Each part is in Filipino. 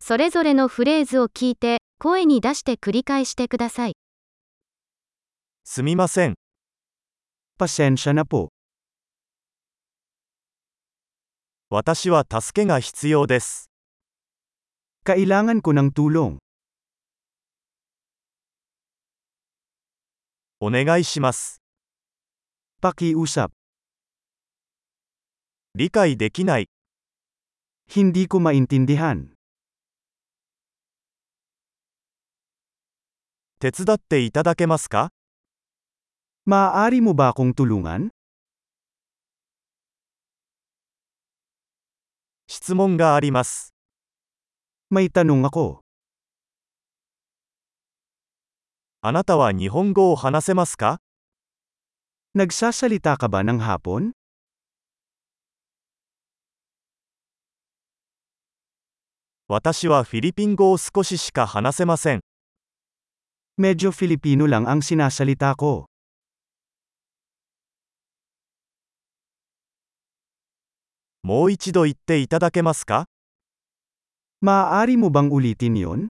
それぞれのフレーズを聞いて、声に出して繰り返してください。すみません。 Pasensya na po. 私は助けが必要です。 Kailangan ko ng tulong. お願いします。 Pakiusap. 理解できない。 Hindi ko maintindihan. 手伝っていただけますか Maaari mo ba akong tulungan? 質問があります。 May tanong ako. あなたは日本語を話せますか Nagsasalita ka ba ng hapon? 私はフィリピン語を少ししか話せません。 Medyo Filipino lang ang sinasalita ko. もう一度言っていただけますか Maaari mo bang ulitin yon?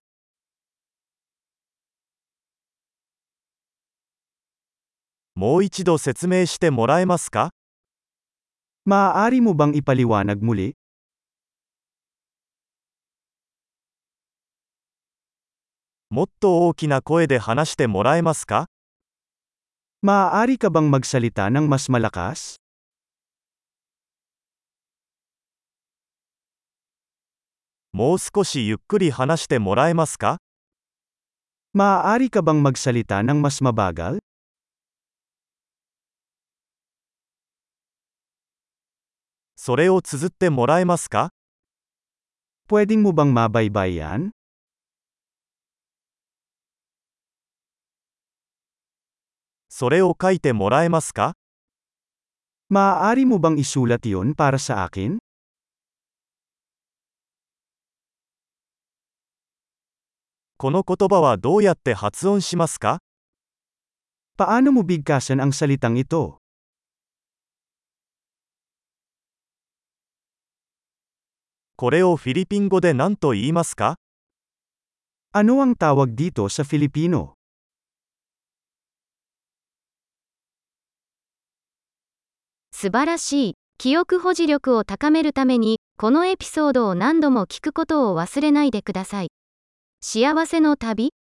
もう一度説明してもらえますか Maaari mo bang ipaliwanag muli? もっと大きな声で話してもらえますか Maaari ka bang magsalita ng mas malakas? もう少しゆっくり話してもらえますか Maaari ka bang magsalita ng mas mabagal? それを綴ってもらえますか Pwedeng mo bang mabaybayan? それを書いてもらえますか Maaari mo bang isulat yon para sa akin? この言葉はどうやって発音しますか Paano mo bigkasan ang salitang ito? これをフィリピン語で何と言いますか Ano ang tawag dito sa Filipino? 素晴らしい。記憶保持力を高めるために、このエピソードを何度も聞くことを忘れないでください。幸せの旅